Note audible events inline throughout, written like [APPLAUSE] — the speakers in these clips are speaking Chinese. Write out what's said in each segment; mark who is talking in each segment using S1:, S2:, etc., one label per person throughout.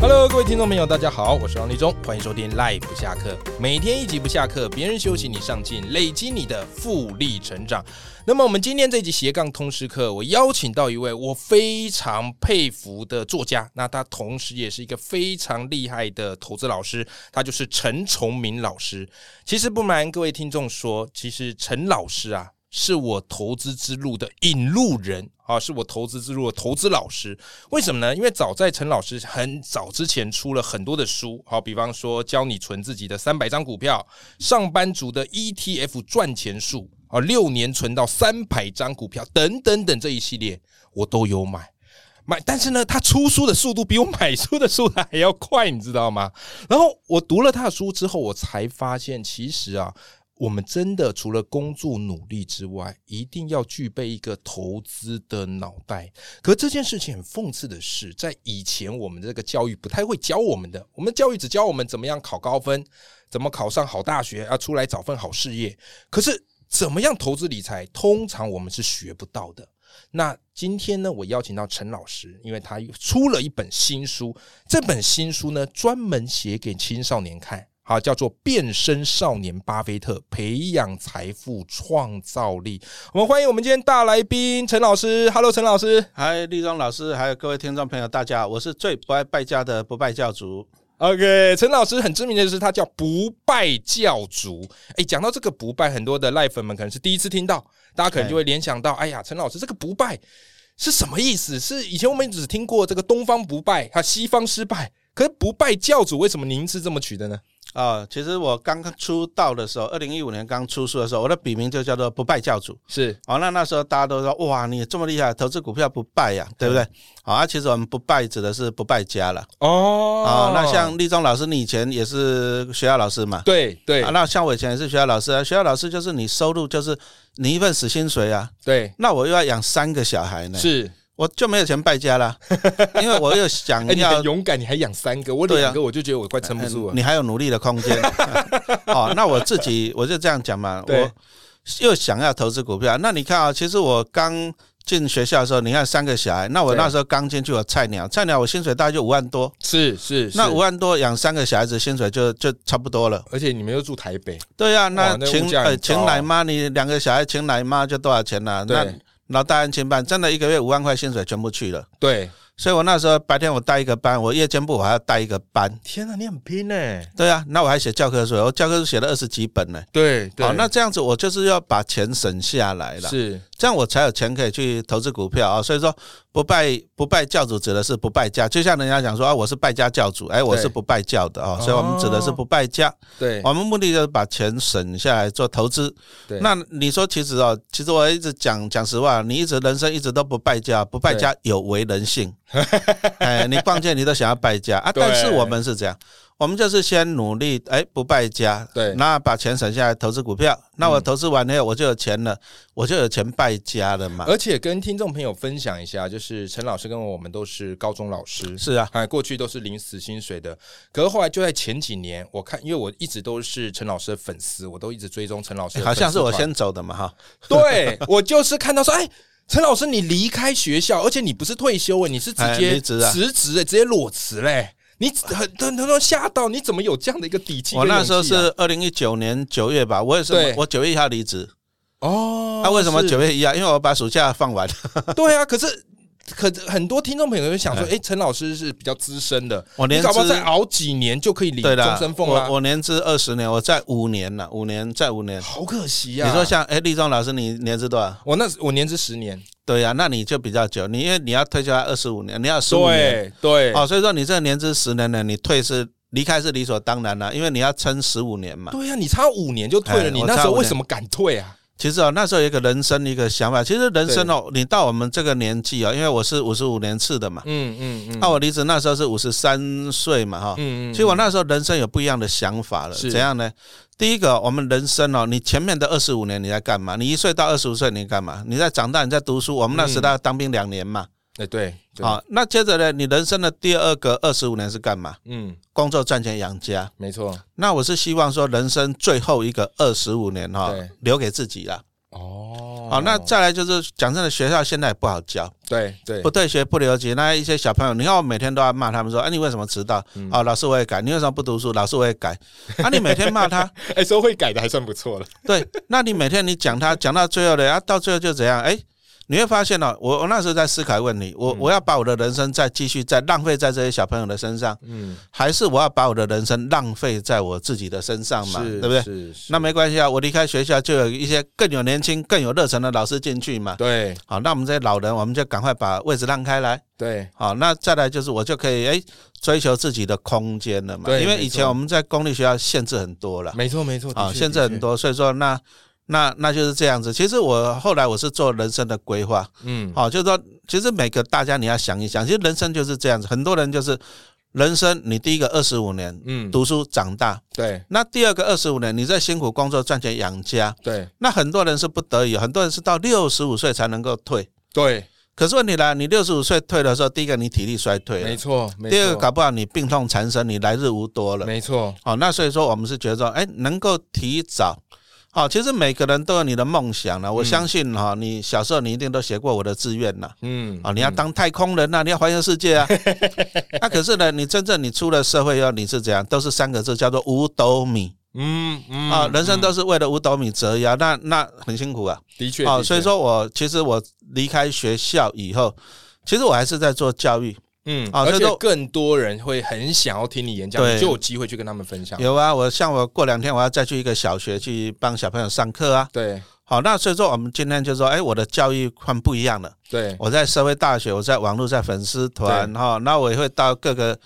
S1: Hello，各位听众朋友，大家好，我是王立中，欢迎收听 Life 不下课，每天一集不下课，别人休息你上进，累积你的复利成长。那么我们今天这集斜杠通识课，我邀请到一位我非常佩服的作家，那他同时也是一个非常厉害的投资老师，他就是陈崇明老师。其实不瞒各位听众说，其实陈老师啊，是我投资之路的引路人啊，是我投资之路的投资老师。为什么呢？因为早在陈老师很早之前出了很多的书，好，比方说教你存自己的三百张股票，上班族的 ETF 赚钱术啊，六年存到三百张股票等等等这一系列，我都有买。买，但是呢，他出书的速度比我买书的速度还要快，你知道吗？然后我读了他的书之后，我才发现，其实啊，我们真的除了工作努力之外，一定要具备一个投资的脑袋。可这件事情很讽刺的是，在以前我们这个教育不太会教我们的，我们教育只教我们怎么样考高分，怎么考上好大学啊，出来找份好事业。可是怎么样投资理财，通常我们是学不到的。那今天呢，我邀请到陈老师，因为他出了一本新书，这本新书呢专门写给青少年看，好叫做《变身少年巴菲特：培养财富创造力》。我们欢迎我们今天大来宾陈老师，Hello，陈老师。
S2: 嗨，立中老师，还有各位听众朋友，大家好，我是最不爱败家的不败教主。
S1: OK，陈老师很知名的就是他叫不败教主。哎，讲到这个不败，很多的赖粉们可能是第一次听到，大家可能就会联想到，哎呀，陈老师这个不败是什么意思？是以前我们只听过这个东方不败，还有西方失败，可是不败教主为什么您是这么取的呢？
S2: 啊、其实我刚刚出道的时候，二零一五年刚出书的时候，我的笔名就叫做不败教主。
S1: 是
S2: 哦，那那时候大家都说，哇，你这么厉害，投资股票不败呀、对不对？好、啊，其实我们不败指的是不败家了。
S1: 哦
S2: 啊、那像立中老师，你以前也是学校老师嘛？
S1: 对对
S2: 啊，那像我以前也是学校老师啊，学校老师就是你收入就是你一份死薪水啊，
S1: 对
S2: 那我又要养三个小孩呢，
S1: 是。
S2: 我就没有钱败
S1: [LAUGHS]
S2: 家了，因为我又想
S1: 哎，你
S2: 要
S1: 很勇敢，你还养三个，我
S2: 对啊
S1: 两个我就觉得我快撑不住啊了。
S2: 嗯你还有努力的空
S1: [LAUGHS]
S2: 间。哦，那我自己我就这样讲嘛，
S1: 对
S2: 我又想要投资股票。那你看啊、其实我刚进学校的时候，你看三个小孩，那我
S1: 对
S2: 那时候刚进去，我菜鸟，菜鸟我薪水大概就五万多，
S1: 是是是，
S2: 那五万多养三个小孩子，薪水就就差不多了。
S1: 而且你们又住台北，
S2: 对呀、
S1: 哇
S2: 那
S1: 那物
S2: 请
S1: 价很
S2: 呃请
S1: 高啊
S2: 奶妈，你两个小孩请奶妈就多少钱了、那
S1: 对
S2: 老大人请办，真的一个月五万块薪水全部去了。
S1: 对，
S2: 所以我那时候白天我带一个班，我夜间部我还要带一个班。
S1: 天哪，你很拼呢。
S2: 对啊，那我还写教科书，我教科书写了二十几本呢。
S1: 对对，
S2: 好，那这样子我就是要把钱省下来了，
S1: 是
S2: 这样我才有钱可以去投资股票啊、所以说不败不败教主指的是不败家，就像人家讲说啊，我是败家教主，哎，我是不败教的啊、
S1: 哦
S2: 所以我们指的是不败家。
S1: 对
S2: 我们目的就是把钱省下来做投资。
S1: 对
S2: 那你说其实哦，其实我一直讲讲实话，你一直人生一直都不败家，不败家有违
S1: [LAUGHS]
S2: 人性。哎，你逛街你都想要败家啊，
S1: 对
S2: 但是我们是这样。我们就是先努力，哎，不败家，
S1: 对
S2: 那把钱省下来投资股票，那我投资完以后我就有钱了，我就有钱败家了嘛。
S1: 而且跟听众朋友分享一下，就是陈老师跟我们都是高中老师，
S2: 是啊，
S1: 哎，过去都是领死薪水的。可是后来就在前几年，我看，因为我一直都是陈老师的粉丝，我都一直追踪陈老师的
S2: 哎好
S1: 粉丝团、
S2: 像是我先走的嘛哈。 [LAUGHS]
S1: 对我就是看到说，哎，陈老师你离开学校，而且你不是退休哎，你是直
S2: 哎
S1: 接
S2: 离职啊
S1: 辞职哎，直接裸辞嘞。你很多很多人吓到，你怎么有这样的一个底气
S2: 我
S1: 跟勇气啊、
S2: 那时候是二零一九年九月吧，我也是
S1: 对
S2: 我九月一号离职。
S1: 哦，
S2: 那啊为什么
S1: 是
S2: 九月一号？因为我把暑假放完。 [LAUGHS]
S1: 对啊，可是可很多听众朋友会想说，哎、陈老师是比较资深的，
S2: 我
S1: 你
S2: 年资
S1: 搞不好再熬几年就可以领
S2: 对啦
S1: 终身俸啦
S2: 我。我年资二十年，我在五年了，五年再五年。
S1: 好可惜
S2: 你
S1: 啊！
S2: 说像哎，立中老师，你年资多少？
S1: 我那时我年资十年，
S2: 对呀、那你就比较久，你因为你要退休二十五年，你要十五年
S1: 对对
S2: 哦，所以说你这个年资十年呢，你退是离开是理所当然了，因为你要撑十五年嘛。
S1: 对啊呀、你差五年就退了，
S2: 哎
S1: 你
S2: 我
S1: 那时
S2: 差
S1: 候
S2: 五
S1: 为
S2: 年
S1: 什么敢退啊？
S2: 其实哦，那时候有一个人生一个想法，其实人生哦，你到我们这个年纪哦，因为我是五十五年次的嘛，
S1: 嗯嗯嗯，
S2: 那、我离职那时候是五十三岁嘛，哈、
S1: 嗯嗯，
S2: 其实我那时候人生有不一样的想法了，
S1: 是
S2: 怎样呢？第一个，我们人生哦，你前面的二十五年你在干嘛？你一岁到二十五岁你干嘛？你在长大，你在读书。我们那时代当兵两年嘛，
S1: 哎，对，对，
S2: 啊。那接着呢，你人生的第二个二十五年是干嘛？
S1: 嗯，
S2: 工作赚钱养家。
S1: 没错，
S2: 那我是希望说，人生最后一个二十五年哈、
S1: 对
S2: 留给自己啦。
S1: 哦，
S2: 好、那再来就是讲真的，学校现在也不好教，
S1: 对对
S2: 不，对学不留级。那一些小朋友，你看我每天都要骂他们说：“啊，你为什么迟到？
S1: 嗯
S2: 啊，老师我也改。你为什么不读书？老师我也改。啊，你每天骂他，
S1: 哎，说会改的还算不错了，
S2: [LAUGHS] 对，那你每天你讲
S1: 嗯
S2: 他讲到最后的，啊，到最后就怎样？哎，你会发现哦，我我那时候在思考一个问题，
S1: 嗯
S2: 我我要把我的人生再继续再浪费在这些小朋友的身上，
S1: 嗯，
S2: 还是我要把我的人生浪费在我自己的身上嘛？对
S1: 是，
S2: 不对？
S1: 是，是
S2: 那没关系啊，我离开学校就有一些更有年轻、更有热忱的老师进去嘛。
S1: 对
S2: 好，那我们这些老人，我们就赶快把位置让开来。
S1: 对
S2: 好，那再来就是我就可以哎、追求自己的空间了嘛。
S1: 对
S2: 因为
S1: 没
S2: 以
S1: 错
S2: 前我们在公立学校限制很多了，
S1: 没错没错，的
S2: 啊，
S1: 确
S2: 限制很，多，所以说那那那就是这样子。其实我后来我是做人生的规划，
S1: 的确嗯，
S2: 好、就是说其实每个大家你要想一想，其实人生就是这样子。很多人就是人生，你第一个二十五年
S1: 嗯，
S2: 读书长大，
S1: 对
S2: 那第二个二十五年你在辛苦工作赚钱养家。
S1: 对
S2: 那很多人是不得已，很多人是到六十五岁才能够退。
S1: 对，
S2: 可是问题来，你六十五岁退的时候，第一个你体力衰退
S1: 没
S2: 了，
S1: 错，没
S2: 第二个
S1: 错
S2: 搞不好你病痛缠身，你来日无多了。
S1: 没错，
S2: 好、哦那所以说我们是觉得说，哎，能够提早。好、其实每个人都有你的梦想了。
S1: 嗯
S2: 我相信哈、你小时候你一定都写过我的志愿了。
S1: 嗯，
S2: 啊、你要当太空人呐、你要环游世
S1: [LAUGHS]
S2: 界啊。那、可是呢，你真正你出了社会以后，你是怎样？都是三个字，叫做五斗米
S1: 嗯嗯
S2: 啊、人生
S1: 嗯
S2: 都是为了五斗米折腰，那那很辛苦啊。
S1: 的确
S2: 啊、
S1: 的
S2: 所以
S1: 确
S2: 说我其实我离开学校以后，其实我还是在做教育。
S1: 嗯，
S2: 啊
S1: 而
S2: 所以
S1: 且
S2: 说
S1: 更多人会很想要听你演讲，
S2: 对
S1: 你就有机会去跟他们分享。
S2: 有啊，我像我过两天我要再去一个小学去帮小朋友上课啊。
S1: 对
S2: 好，那所以说我们今天就说，哎，我的教育换不一样了。
S1: 对
S2: 我在社会大学，我在网络，在粉丝团哈，那我也会到各个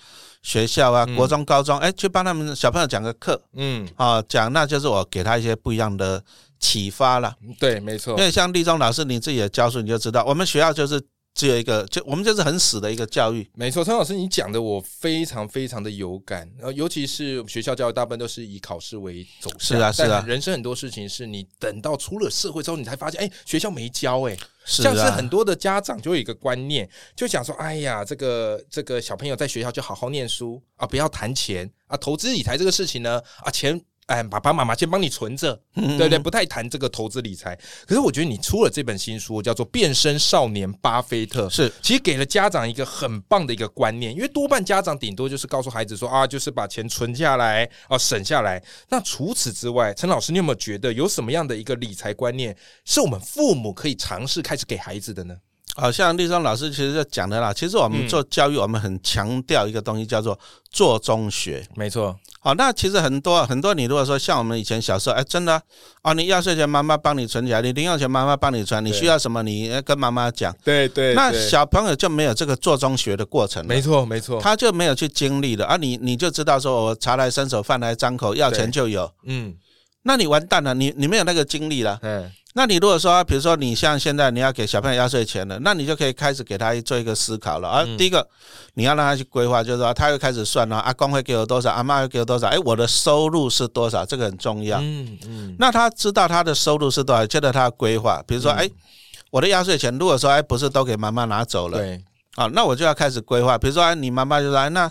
S2: 学校啊，
S1: 嗯
S2: 国中、高中，哎，去帮他们小朋友讲个课
S1: 嗯，
S2: 啊，讲那就是我给他一些不一样的启发啦。
S1: 对，没错
S2: 因，为像立中老师你自己也教书，你就知道，我们学校就是只有一个，就我们就是很死的一个教育。
S1: 没错。陈老师，你讲的我非常非常的有感，呃，尤其是学校教育大部分都是以考试为走向，
S2: 是啊是啊
S1: 但人生很多事情是你等到出了社会之后，你才发现，哎，学校没教、哎，
S2: 是
S1: 像是
S2: 啊，
S1: 很多的家长就有一个观念，就想说，哎呀，这个这个小朋友在学校就好好念书啊，不要谈钱啊，投资理财这个事情呢，啊，钱。哎，爸爸妈妈先帮你存着，
S2: 嗯
S1: 对不对？不太谈这个投资理财。可是我觉得你出了这本新书，叫做《变身少年巴菲特》，
S2: 是
S1: 其实给了家长一个很棒的一个观念，因为多半家长顶多就是告诉孩子说啊，就是把钱存下来啊，省下来。那除此之外，陈老师，你有没有觉得有什么样的一个理财观念是我们父母可以尝试开始给孩子的呢？
S2: 好像立中老师其实就讲的啦，其实我
S1: 嗯
S2: 们做教育，我们很强调一个东西叫做做中学。
S1: 没错，
S2: 好，那其实很多很多，你如果说像我们以前小时候，哎，真的啊哦，你压岁钱妈妈帮你存起来，你零用钱妈妈帮你存，你
S1: 对
S2: 需要什么你呃跟妈妈讲。
S1: 对对
S2: 那小朋友就没有这个做中学的过程了
S1: 没错没错，
S2: 他就没有去经历了啊，你你就知道说我茶来伸手，饭来张口，要钱就有。
S1: 嗯
S2: 那你完蛋了，你你没有那个经历了。
S1: 嗯，
S2: 那你如果说，比如说你像现在你要给小朋友压岁钱了，那你就可以开始给他做一个思考了。而、啊
S1: 嗯
S2: 第一个，你要让他去规划，就是说他又开始算了，阿公会给我多少，阿妈会给我多少，哎，我的收入是多少，这个很重要。
S1: 嗯嗯，
S2: 那他知道他的收入是多少，接着他的规划，比如说，哎，我的压岁钱如果说哎不是都给妈妈拿走了，
S1: 对，
S2: 啊，那我就要开始规划，比如说，哎，你妈妈就说，哎，那，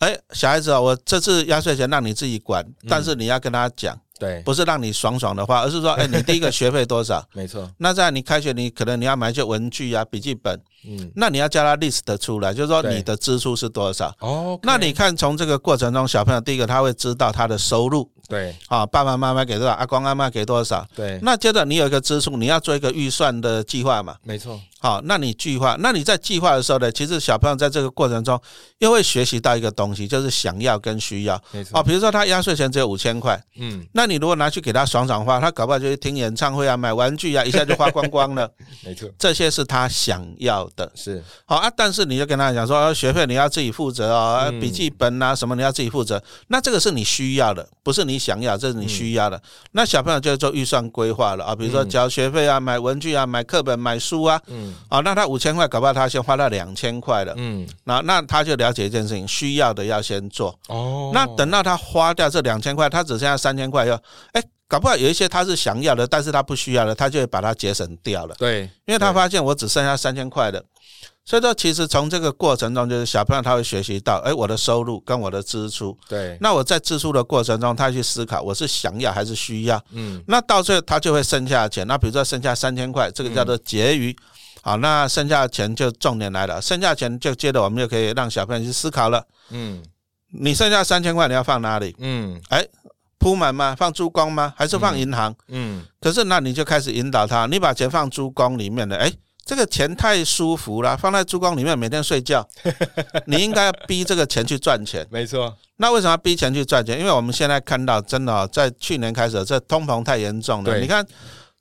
S2: 哎，小孩子啊，我这次压岁钱让你自己管，但是你要跟他讲，
S1: 对，
S2: 不是让你爽爽的话，而是说，哎，你第一个学费多少？
S1: 没错，
S2: 那在你开学，你可能你要买一些文具啊、笔记本，
S1: 嗯，
S2: 那你要叫他 list 出来，就是说
S1: 对
S2: 你的支出是多少。
S1: 哦，
S2: 那你看从这个过程中，小朋友第一个他会知道他的收入
S1: 对
S2: 啊，爸爸妈妈给多少，阿公阿妈给多少。
S1: 对，
S2: 那接着你有一个支出，你要做一个预算的计划嘛？
S1: 没错，
S2: 好，那你计划，那你在计划的时候呢，其实小朋友在这个过程中又会学习到一个东西，就是想要跟需要
S1: 没
S2: 哦。
S1: 错，
S2: 比如说他压岁钱只有五千块，
S1: 嗯，
S2: 那你如果拿去给他爽爽花，他搞不好就去听演唱会啊、买玩具啊，一下就花光光了。
S1: 没错，
S2: 这些是他想要的。
S1: 是，
S2: 好啊，但是你就跟他讲说，呃学费你要自己负责哦，呃
S1: 嗯
S2: 笔记本啊什么你要自己负责。那这个是你需要的，不是你想要，这是你需要的。那小朋友就会做预算规划了啊，比如说
S1: 嗯嗯
S2: 交学费啊、买文具啊、买课本、买书啊。
S1: 嗯
S2: 啊，那他五千块，搞不好他先花到两千块了。
S1: 嗯，
S2: 那那他就了解一件事情，需要的要先做。
S1: 哦，
S2: 那等到他花掉这两千块，他只剩下三千块以后，哎，搞不好有一些他是想要的，但是他不需要的，他就会把它节省掉了。
S1: 对，
S2: 因为他发现我只剩下三千块了，所以说，其实从这个过程中，就是小朋友他会学习到，哎，我的收入跟我的支出，
S1: 对，
S2: 那我在支出的过程中，他去思考我是想要还是需要，
S1: 嗯
S2: 那到最后他就会剩下的钱。那比如说剩下三千块，这个
S1: 嗯
S2: 叫做结余。好，那剩下的钱就重点来了，剩下的钱就接着我们就可以让小朋友去思考了。
S1: 嗯
S2: 你剩下三千块你要放哪里？
S1: 嗯
S2: 铺满吗？放珠光吗？还是放
S1: 嗯
S2: 银行？
S1: 嗯，
S2: 可是那你就开始引导他，你把钱放猪公里面的，哎，这个钱太舒服了，放在猪公里面每天
S1: [LAUGHS]
S2: 睡觉，你应该逼这个钱去赚钱。
S1: 没错，
S2: 那为什么要逼钱去赚钱？因为我们现在看到，真的哦、在去年开始，这通膨太严重了。
S1: 对
S2: 你看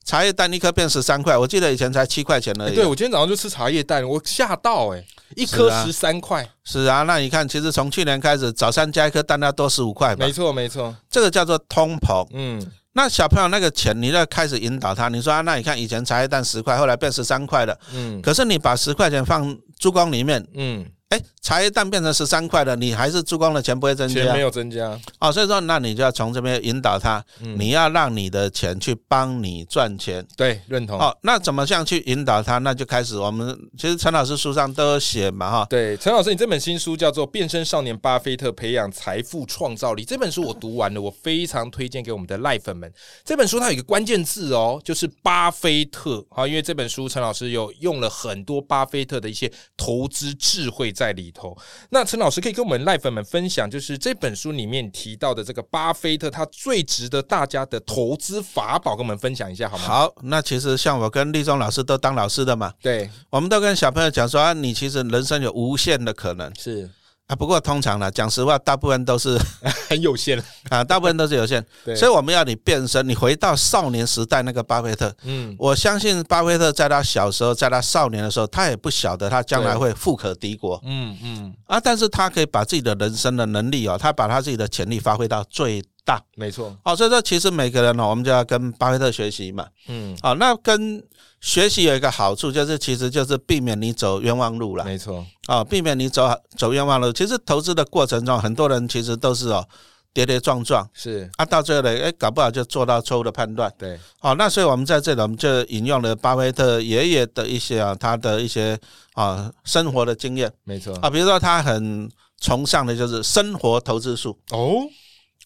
S2: 茶叶蛋一颗变十三块，我记得以前才七块钱而
S1: 哎
S2: 已。
S1: 对我今天早上就吃茶叶蛋，我吓到哎，一
S2: 是
S1: 颗
S2: 啊
S1: 十三块，
S2: 是啊，那你看，其实从去年开始，早餐加一颗蛋要多十五块吧
S1: 没，错没错，
S2: 这个叫做通膨。
S1: 嗯
S2: 那小朋友那个钱，你要开始引导他，你说啊，那你看以前茶叶蛋十块，后来变十三块了。
S1: 嗯
S2: 可是你把十块钱放珠光里面，
S1: 嗯，
S2: 哎，茶叶蛋变成十三块了，你还是珠光的钱不会增
S1: 钱
S2: 加
S1: 没有增加，
S2: 哦。所以说，那你就要从这边引导他，
S1: 嗯
S2: 你要让你的钱去帮你赚钱
S1: 对认同。
S2: 哦。那怎么样去引导他？那就开始我们其实陈老师书上都有写嘛哈。
S1: 对，陈老师，你这本新书叫做《变身少年巴菲特：培养财富创造力》。这本书我读完了，我非常推荐给我们的赖粉们。这本书它有一个关键字哦，就是巴菲特啊，因为这本书陈老师有用了很多巴菲特的一些投资智慧在里头。那陈老师可以跟我们赖粉们分享，就是这本书里面提到的这个巴菲特，他最值得大家的投资法宝，跟我们分享一下好吗？
S2: 好，那其实像我跟立中老师都当老师的嘛，
S1: 对，
S2: 我们都跟小朋友讲说啊，你其实人生有无限的可能
S1: 是
S2: 啊。不过通常呢，讲实话，大部分都是 [LAUGHS]
S1: 很有限了。
S2: 啊，大部分都是有限。
S1: 对，
S2: 所以我们要你变身，你回到少年时代那个巴菲特。
S1: 嗯，
S2: 我相信巴菲特在他小时候，在他少年的时候，他也不晓得他将来会富可敌国
S1: 嗯嗯，
S2: 啊，但是他可以把自己的人生的能力哦，他把他自己的潜力发挥到最大
S1: 没错，
S2: 哦，所以说其实每个人呢、哦，我们就要跟巴菲特学习嘛。
S1: 嗯，
S2: 哦，那跟学习有一个好处就是，其实就是避免你走冤枉路了
S1: 没错，
S2: 哦，避免你走走冤枉路。其实投资的过程中，很多人其实都是哦跌跌撞撞。
S1: 是。
S2: 啊，到最后呢，哎，搞不好就做到错误的判断。
S1: 对，
S2: 好，那所以我们在这里，我们就引用了巴菲特爷爷的一些啊，他的一些啊生活的经验
S1: 没错
S2: 啊，比如说他很崇尚的就是生活投资术，
S1: 哦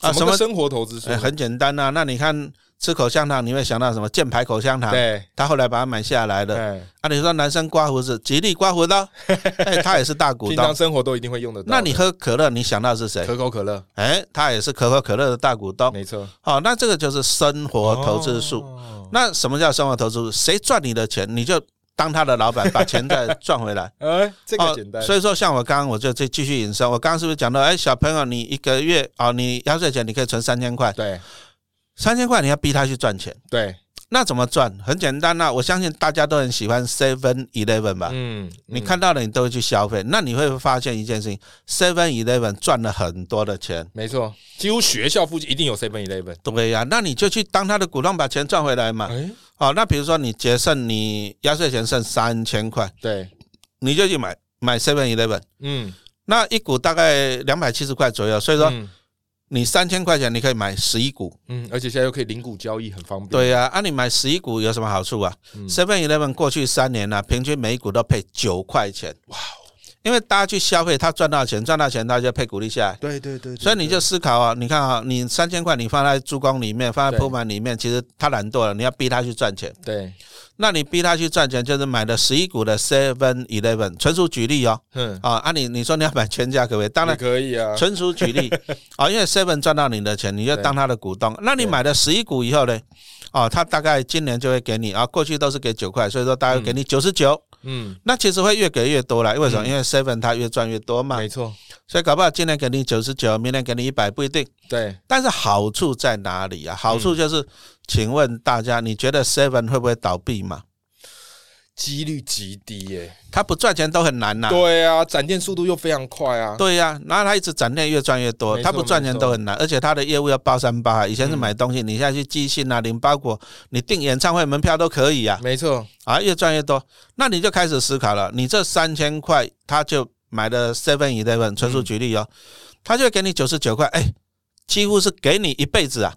S2: 啊
S1: 什么
S2: 什
S1: 个
S2: 么
S1: 生活投资术？
S2: 哎很简单啊。那你看吃口香糖，你会想到什么？箭牌口香糖。
S1: 对哎
S2: 他后来把它买下来了。
S1: 对，
S2: 啊，你说男生刮胡子，吉利刮
S1: [LAUGHS]
S2: 胡刀，哎，他也是大股
S1: 平常
S2: 东。
S1: 生活都一定会用得到的。
S2: 那你喝可乐，你想到是谁？
S1: 可口可乐，
S2: 哎，他也是可口可乐的大股东。
S1: 没错，
S2: 好，那这个就是生活哦投资术。
S1: 哦。
S2: 那什么叫生活投资？谁赚你的钱，你就当他的老板，把钱再赚回来
S1: 哎， [LAUGHS] 这个
S2: 哦
S1: 简单，
S2: 所以说，像我刚刚我就继继续引申，我刚刚是不是讲到，哎，小朋友，你一个月哦，你压岁钱你可以存三千块，
S1: 对
S2: 三千块你要逼他去赚钱，
S1: 对，
S2: 那怎么赚？很简单呐、啊我相信大家都很喜欢 Seven Eleven 吧。
S1: 嗯，
S2: 啊你
S1: 嗯，
S2: 看到了，你都会去消费。那你会发现一件事情，Seven Eleven 赚了很多的钱，
S1: 没错，几乎学校附近一定有 Seven Eleven。
S2: 对呀、那你就去当他的股东，把钱赚回来嘛。
S1: 哎，
S2: 好，那比如说你节剩你压岁钱剩三千块，
S1: 对，
S2: 你就去买买 Seven Eleven，
S1: 嗯，
S2: 那一股大概两百七十块左右，所以说
S1: 嗯
S2: 你三千块钱你可以买十一股。
S1: 嗯，而且现在又可以零股交易，很方便。
S2: 对呀、啊，你买十一股有什么好处啊
S1: 嗯
S2: ？Seven Eleven 过去三年呢、平均每一股都配九块钱，哇！
S1: 哦
S2: 因为大家去消费，他赚到钱，赚到钱他就配股利下来。
S1: 对对对，对
S2: 所以你就思考啊，你看啊，你三千块你放在珠光里面，放在
S1: 对
S2: 铺满里面，其实他懒惰了，你要逼他去赚钱。
S1: 对，
S2: 那你逼他去赚钱，就是买了十一股的 Seven Eleven，纯属举例哦。
S1: 嗯，
S2: 啊，啊你你说你要买全价可不可以？当然
S1: 也可以啊。
S2: 纯属举
S1: [LAUGHS]
S2: 例啊，因为 Seven 赚到你的钱，你就
S1: 对
S2: 当他的股东。那你
S1: 对
S2: 买了十一股以后呢？哦，他大概今年就会给你啊，过去都是给九块，所以说大概给你九十九。
S1: 嗯，
S2: 那其实会越给越多了，为什么？
S1: 嗯
S2: 因为 Seven 它越赚越多嘛，
S1: 没错，
S2: 所以搞不好今年给你九十九，明年给你一百不一定。
S1: 对，
S2: 但是好处在哪里啊？好
S1: 嗯
S2: 处就是，请问大家，你觉得 Seven 会不会倒闭嘛？
S1: 几率极低耶。
S2: 它不赚钱都很难呐、
S1: 对啊，展店速度又非常快啊。
S2: 对呀、然后他一直展店越赚越多
S1: 没，错嗯
S2: 他不赚钱都很难，而且他的业务要包三包啊。以前是买东西，你现在去寄信啊、领包裹，你订演唱会门票都可以啊，
S1: 没错，
S2: 啊，越赚越多，那你就开始思考了，你这三千块他就买了 Seven Eleven，纯属举例哦，他就给你九十九块，哎，几乎是给你一辈子啊。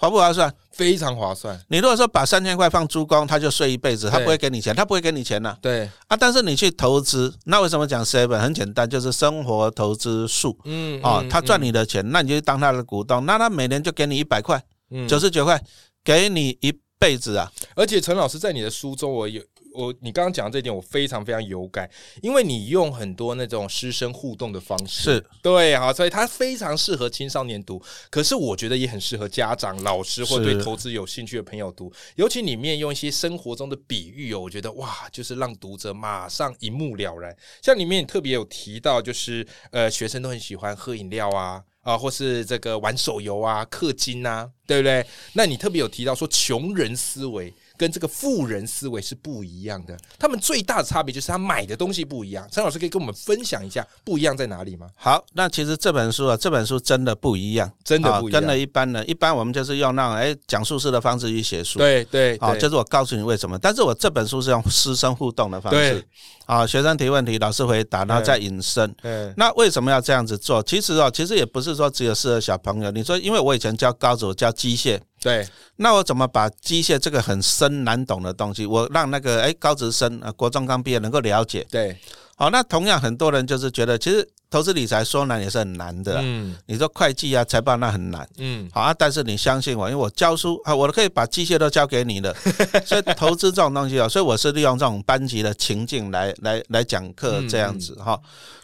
S2: 划不划算？
S1: 非常划算。
S2: 你如果说把三千块放猪公，他就睡一辈子，他
S1: 对
S2: 不会给你钱，他不会给你钱呐啊
S1: 对，
S2: 但是你去投资，那为什么讲 seven？很简单，就是生活投资术
S1: 嗯
S2: 啊，
S1: 嗯
S2: 他赚
S1: 嗯
S2: 你的钱，那你就当他的股东，那他每年就给你一百块，
S1: 嗯
S2: 九十九块，给你一辈子啊。
S1: 而且陈老师在你的书中，我有我你刚刚讲的这一点，我非常非常有感，因为你用很多那种师生互动的方式，
S2: 是
S1: 对啊，所以它非常适合青少年读，可是我觉得也很适合家长、老师或
S2: 是
S1: 对投资有兴趣的朋友读，尤其里面用一些生活中的比喻哦，我觉得哇，就是让读者马上一目了然。像里面特别有提到，就是呃，学生都很喜欢喝饮料啊。啊，或是这个玩手游啊、氪金啊，对不对？那你特别有提到说，穷人思维跟这个富人思维是不一样的，他们最大的差别就是他买的东西不一样。陈老师可以跟我们分享一下不一样在哪里吗？
S2: 好，那其实这本书啊，这本书真的不一样，
S1: 真的不一样
S2: 啊跟了一般人，一般我们就是用那种哎讲述式的方式去写书。
S1: 对对，
S2: 好、
S1: 对
S2: 就是我告诉你为什么，但是我这本书是用师生互动的方
S1: 对
S2: 式，啊，学生提问题，老师回答，然后
S1: 对
S2: 再引申。
S1: 嗯
S2: 那为什么要这样子做？其实哦，其实也不是说只有适合小朋友。你说，因为我以前教高职，我教机械，
S1: 对
S2: 那我怎么把机械这个很深难懂的东西，我让那个哎高职生啊，国中刚毕业能够了解。
S1: 对，
S2: 好，那同样很多人就是觉得，其实投资理财说难也是很难的啊、
S1: 嗯
S2: 你说会计啊、财报那很难。
S1: 嗯
S2: 好啊，但是你相信我，因为我教书啊，我可以把机械都交给你
S1: [LAUGHS]
S2: 了。所以投资这种东西啊，所以我是利用这种班级的情境来来来讲课
S1: 嗯
S2: 这样子哈、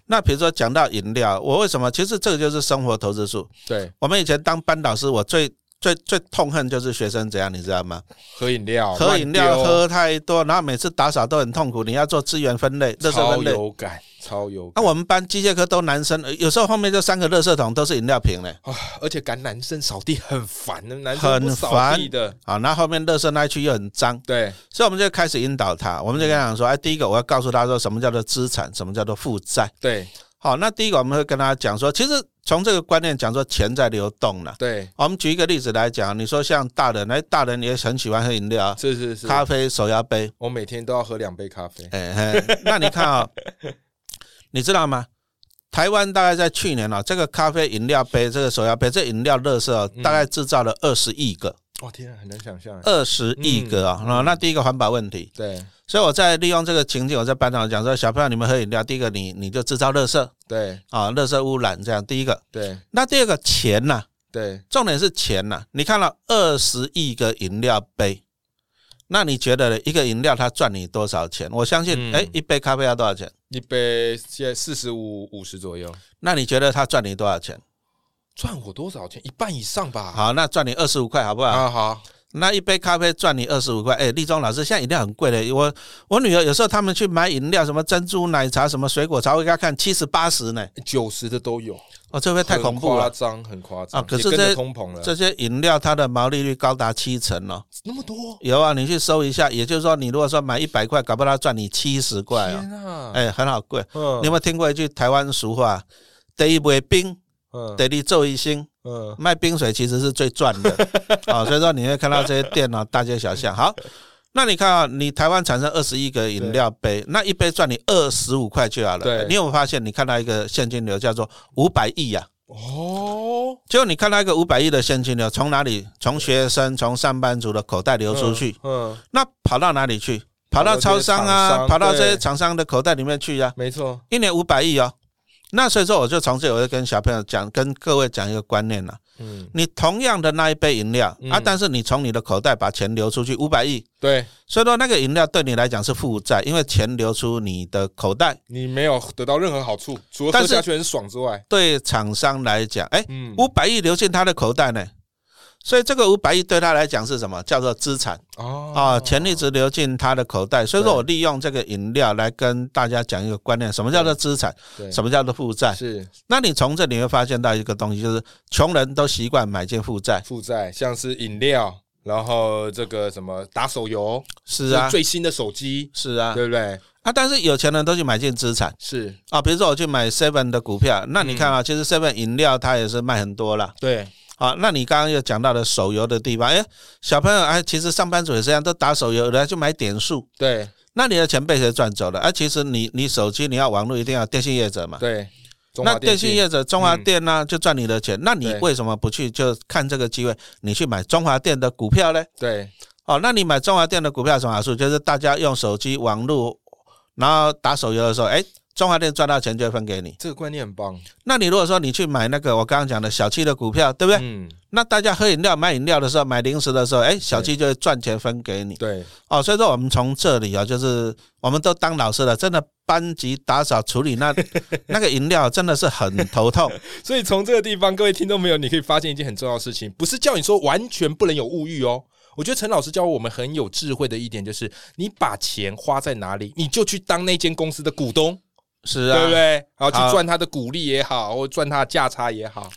S2: 那比如说讲到饮料，我为什么？其实这个就是生活投资术。
S1: 对，
S2: 我们以前当班导师，我最最最痛恨就是学生怎样，你知道吗？
S1: 喝饮料，
S2: 喝
S1: 哦乱
S2: 饮料
S1: 丢
S2: 喝太多，然后每次打扫都很痛苦，你要做资源分类、垃圾
S1: 超
S2: 分类。
S1: 有感，超有
S2: 那、
S1: 感，
S2: 我们班机械科都男生，呃有时候后面就三个垃圾桶都是饮料瓶嘞。
S1: 啊而且赶男生扫地很烦的，男生
S2: 很
S1: 不扫
S2: 烦
S1: 地的，
S2: 好，那啊后面垃圾那一区又很脏，
S1: 对
S2: 所以我们就开始引导他，我们就跟他讲说，哎，第一个我要告诉他说什么叫做资产，什么叫做负债。
S1: 对
S2: 好，那第一个我们会跟他讲说，其实从这个观念讲说钱在流动了。
S1: 对，
S2: 我们举一个例子来讲，你说像大人，哎，大人也很喜欢喝饮料啊，
S1: 是是是，
S2: 咖啡、手摇
S1: [LAUGHS]
S2: 杯，
S1: 我每天都要喝两杯咖啡，
S2: 哎嘿，那你看啊、你知道吗？台湾大概在去年啊、这个咖啡饮料杯、这个手摇杯、这饮料垃圾、哦
S1: 嗯
S2: 大概制造了二十亿个，
S1: 哇天啊，很难想象，
S2: 二十亿个啊、
S1: 嗯
S2: 那那第一个环保问题，
S1: 对
S2: 所以我在利用这个情景，我在班上讲说，小朋友你们喝饮料，第一个你你就制造垃圾
S1: 对
S2: 啊，垃圾污染这样，第一个。
S1: 对
S2: 那第二个钱呐、
S1: 对，
S2: 重点是钱呐、你看了二十亿个饮料杯，那你觉得一个饮料它赚你多少钱？我相信，
S1: 嗯
S2: 哎、一杯咖啡要多少钱？
S1: 一杯现在四十五五十左右，
S2: 那你觉得它赚你多少钱？
S1: 赚我多少钱？一半以上吧。
S2: 好，那赚你二十五块好不好？
S1: 啊好，
S2: 那一杯咖啡赚你二十五块。哎，立中老师，现在饮料很贵的。我我女儿有时候他们去买饮料，什么珍珠奶茶、什么水果茶，我给她看七十八十呢。
S1: 九十的都有，
S2: 哦，这会不会太恐怖
S1: 很夸
S2: 了。
S1: 张，很夸张
S2: 啊可
S1: 也
S2: 是
S1: 跟着
S2: 这
S1: 通膨了，
S2: 这些饮料它的毛利率高达七成哦。
S1: 那么多，
S2: 有啊，你去搜一下，也就是说，你如果说买一百块，搞不好它赚你七十块哦。
S1: 天啊！
S2: 哎，很好贵。
S1: 嗯
S2: 你有没有听过一句台湾俗话？得一杯冰，
S1: 嗯
S2: 得一做一星。
S1: 嗯
S2: 卖冰水其实是最赚的
S1: [LAUGHS]
S2: 啊、所以说你会看到这些店啊，大街小巷。好，那你看啊，你台湾产生二十亿个饮料杯，那一杯赚你二十五块就好了。
S1: 对
S2: 你有没有发现，你看到一个现金流叫做五百亿啊呀？
S1: 哦，
S2: 结果你看到一个五百亿的现金流从哪里？从学生、从上班族的口袋流出去，
S1: 嗯，嗯，
S2: 那跑到哪里去？跑到超商啊，
S1: 跑
S2: 跑
S1: 到
S2: 到
S1: 这些厂商
S2: 这些厂商的口袋里面去呀、
S1: 没错，
S2: 一年五百亿哦。那所以说，我就从这里我就跟小朋友讲，跟各位讲一个观念了、
S1: 嗯，
S2: 你同样的那一杯饮料、
S1: 嗯
S2: 啊，但是你从你的口袋把钱流出去五百亿，
S1: 对
S2: 所以说那个饮料对你来讲是负债，因为钱流出你的口袋，
S1: 你没有得到任何好处，除了喝
S2: 但是
S1: 下去很爽之外，
S2: 对厂商来讲，哎，
S1: 嗯，
S2: 五百亿流进他的口袋呢，所以这个五百亿对他来讲是什么？叫做资产
S1: 哦
S2: 啊，钱一直流进他的口袋。所以说
S1: 对
S2: 我利用这个饮料来跟大家讲一个观念，什么叫做资产，
S1: 对
S2: 什么叫做负债？
S1: 是
S2: 那你从这里会发现到一个东西，就是穷人都习惯买进负债，
S1: 负债，像是饮料，然后这个什么打手游，
S2: 是啊，
S1: 最新的手机，
S2: 是啊，
S1: 对不对？
S2: 啊，但是有钱人都去买进资产
S1: 是，
S2: 啊，比如说我去买 Seven 的股票，那你看
S1: 嗯
S2: 啊，其实 Seven 饮料它也是卖很多啦。
S1: 对
S2: 啊，那你刚刚又讲到了手游的地方，哎，小朋友哎，其实上班族也是这样，都打手游，人家就买点数，
S1: 对
S2: 那你的钱被谁赚走了？啊，其实你你手机你要网络一定要电信业者嘛，
S1: 对中华
S2: 那
S1: 电
S2: 电信
S1: 信
S2: 业者中华
S1: 嗯
S2: 电呢、就赚你的钱，那你
S1: 对
S2: 为什么不去就看这个机会，你去买中华电的股票呢？
S1: 对
S2: 哦，那你买中华电的股票有什么好处？就是大家用手机网络，然后打手游的时候，哎、中华电赚到钱就会分给你。
S1: 这个观念很棒，
S2: 那你如果说你去买那个我刚刚讲的小七的股票，对不对？
S1: 嗯，
S2: 那大家喝饮料、买饮料的时候、买零食的时候，哎、小
S1: 对
S2: 七就会赚钱分给你。
S1: 对，
S2: 哦，所以说我们从这里啊，就是我们都当老师了，真的班级打扫处理
S1: [LAUGHS]
S2: 那那个饮料真的是很头痛。
S1: 所以从这个地方，各位听众朋友，你可以发现一件很重要的事情，不是叫你说完全不能有物欲哦。我觉得陈老师教我们很有智慧的一点就是，你把钱花在哪里，你就去当那间公司的股东，
S2: 是啊，
S1: 对不对？然后去
S2: 好
S1: 赚他的股利也好，或赚他的价差也好，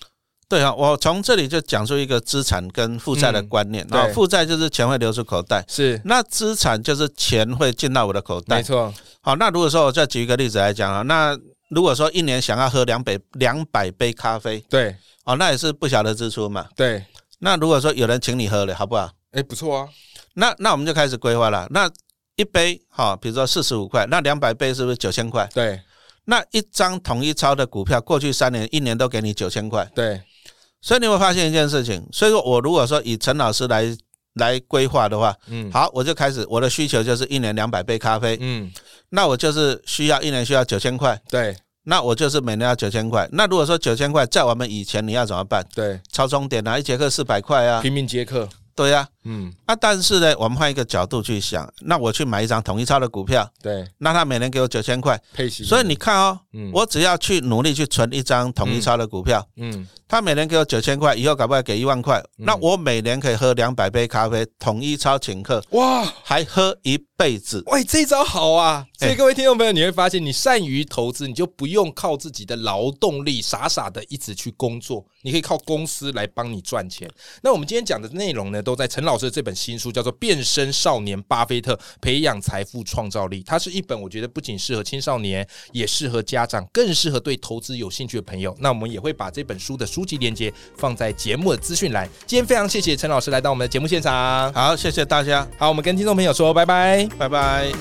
S2: 对啊，我从这里就讲出一个资产跟负债的观念
S1: 嗯
S2: 啊、
S1: 对
S2: 负债就是钱会流出口袋，
S1: 是
S2: 那资产就是钱会进到我的口
S1: 没
S2: 袋。
S1: 错，
S2: 好，那如果说我再举一个例子来讲啊，那如果说一年想要喝两百两百杯咖啡，
S1: 对
S2: 哦，那也是不小的支出嘛。
S1: 对，
S2: 那如果说有人请你喝了，好不好？
S1: 哎，不错啊，
S2: 那那我们就开始规划了。那一杯哈、比如说四十五块，那两百杯是不是九千块？
S1: 对
S2: 那一张统一超的股票，过去三年一年都给你九千块，
S1: 对，
S2: 所以你会发现一件事情。所以说我如果说以陈老师来来规划的话，
S1: 嗯，
S2: 好，我就开始我的需求就是一年两百杯咖啡，
S1: 嗯，
S2: 那我就是需要一年需要九千块，
S1: 对
S2: 那我就是每年要九千块。那如果说九千块在我们以前你要怎么办？
S1: 对，
S2: 超终点啊，一节课四百块啊，
S1: 拼命接客，
S2: 对呀、啊。
S1: 嗯，
S2: 但是呢，我们换一个角度去想，那我去买一张统一超的股票，
S1: 对，
S2: 那他每年给我九千块，
S1: 配息，
S2: 所以你看哦，
S1: 嗯，
S2: 我只要去努力去存一张统一超的股票，
S1: 嗯，
S2: 他每年给我九千块，以后搞不好给一万块，
S1: 嗯
S2: 那我每年可以喝两百杯咖啡，统一超请客，
S1: 哇，
S2: 还喝一辈子。
S1: 喂，这招好啊！所以
S2: 哎
S1: 各位听众朋友，你会发现，你善于投资，你就不用靠自己的劳动力傻傻的一直去工作，你可以靠公司来帮你赚钱。那我们今天讲的内容呢，都在陈老师的这本新书，叫做《变身少年巴菲特：培养财富创造力》。它是一本我觉得不仅适合青少年，也适合家长，更适合对投资有兴趣的朋友。那我们也会把这本书的书籍链接放在节目的资讯栏。今天非常谢谢陈老师来到我们的节目现场。
S2: 好，谢谢大家，
S1: 好，我们跟听众朋友说拜拜。
S2: 拜拜。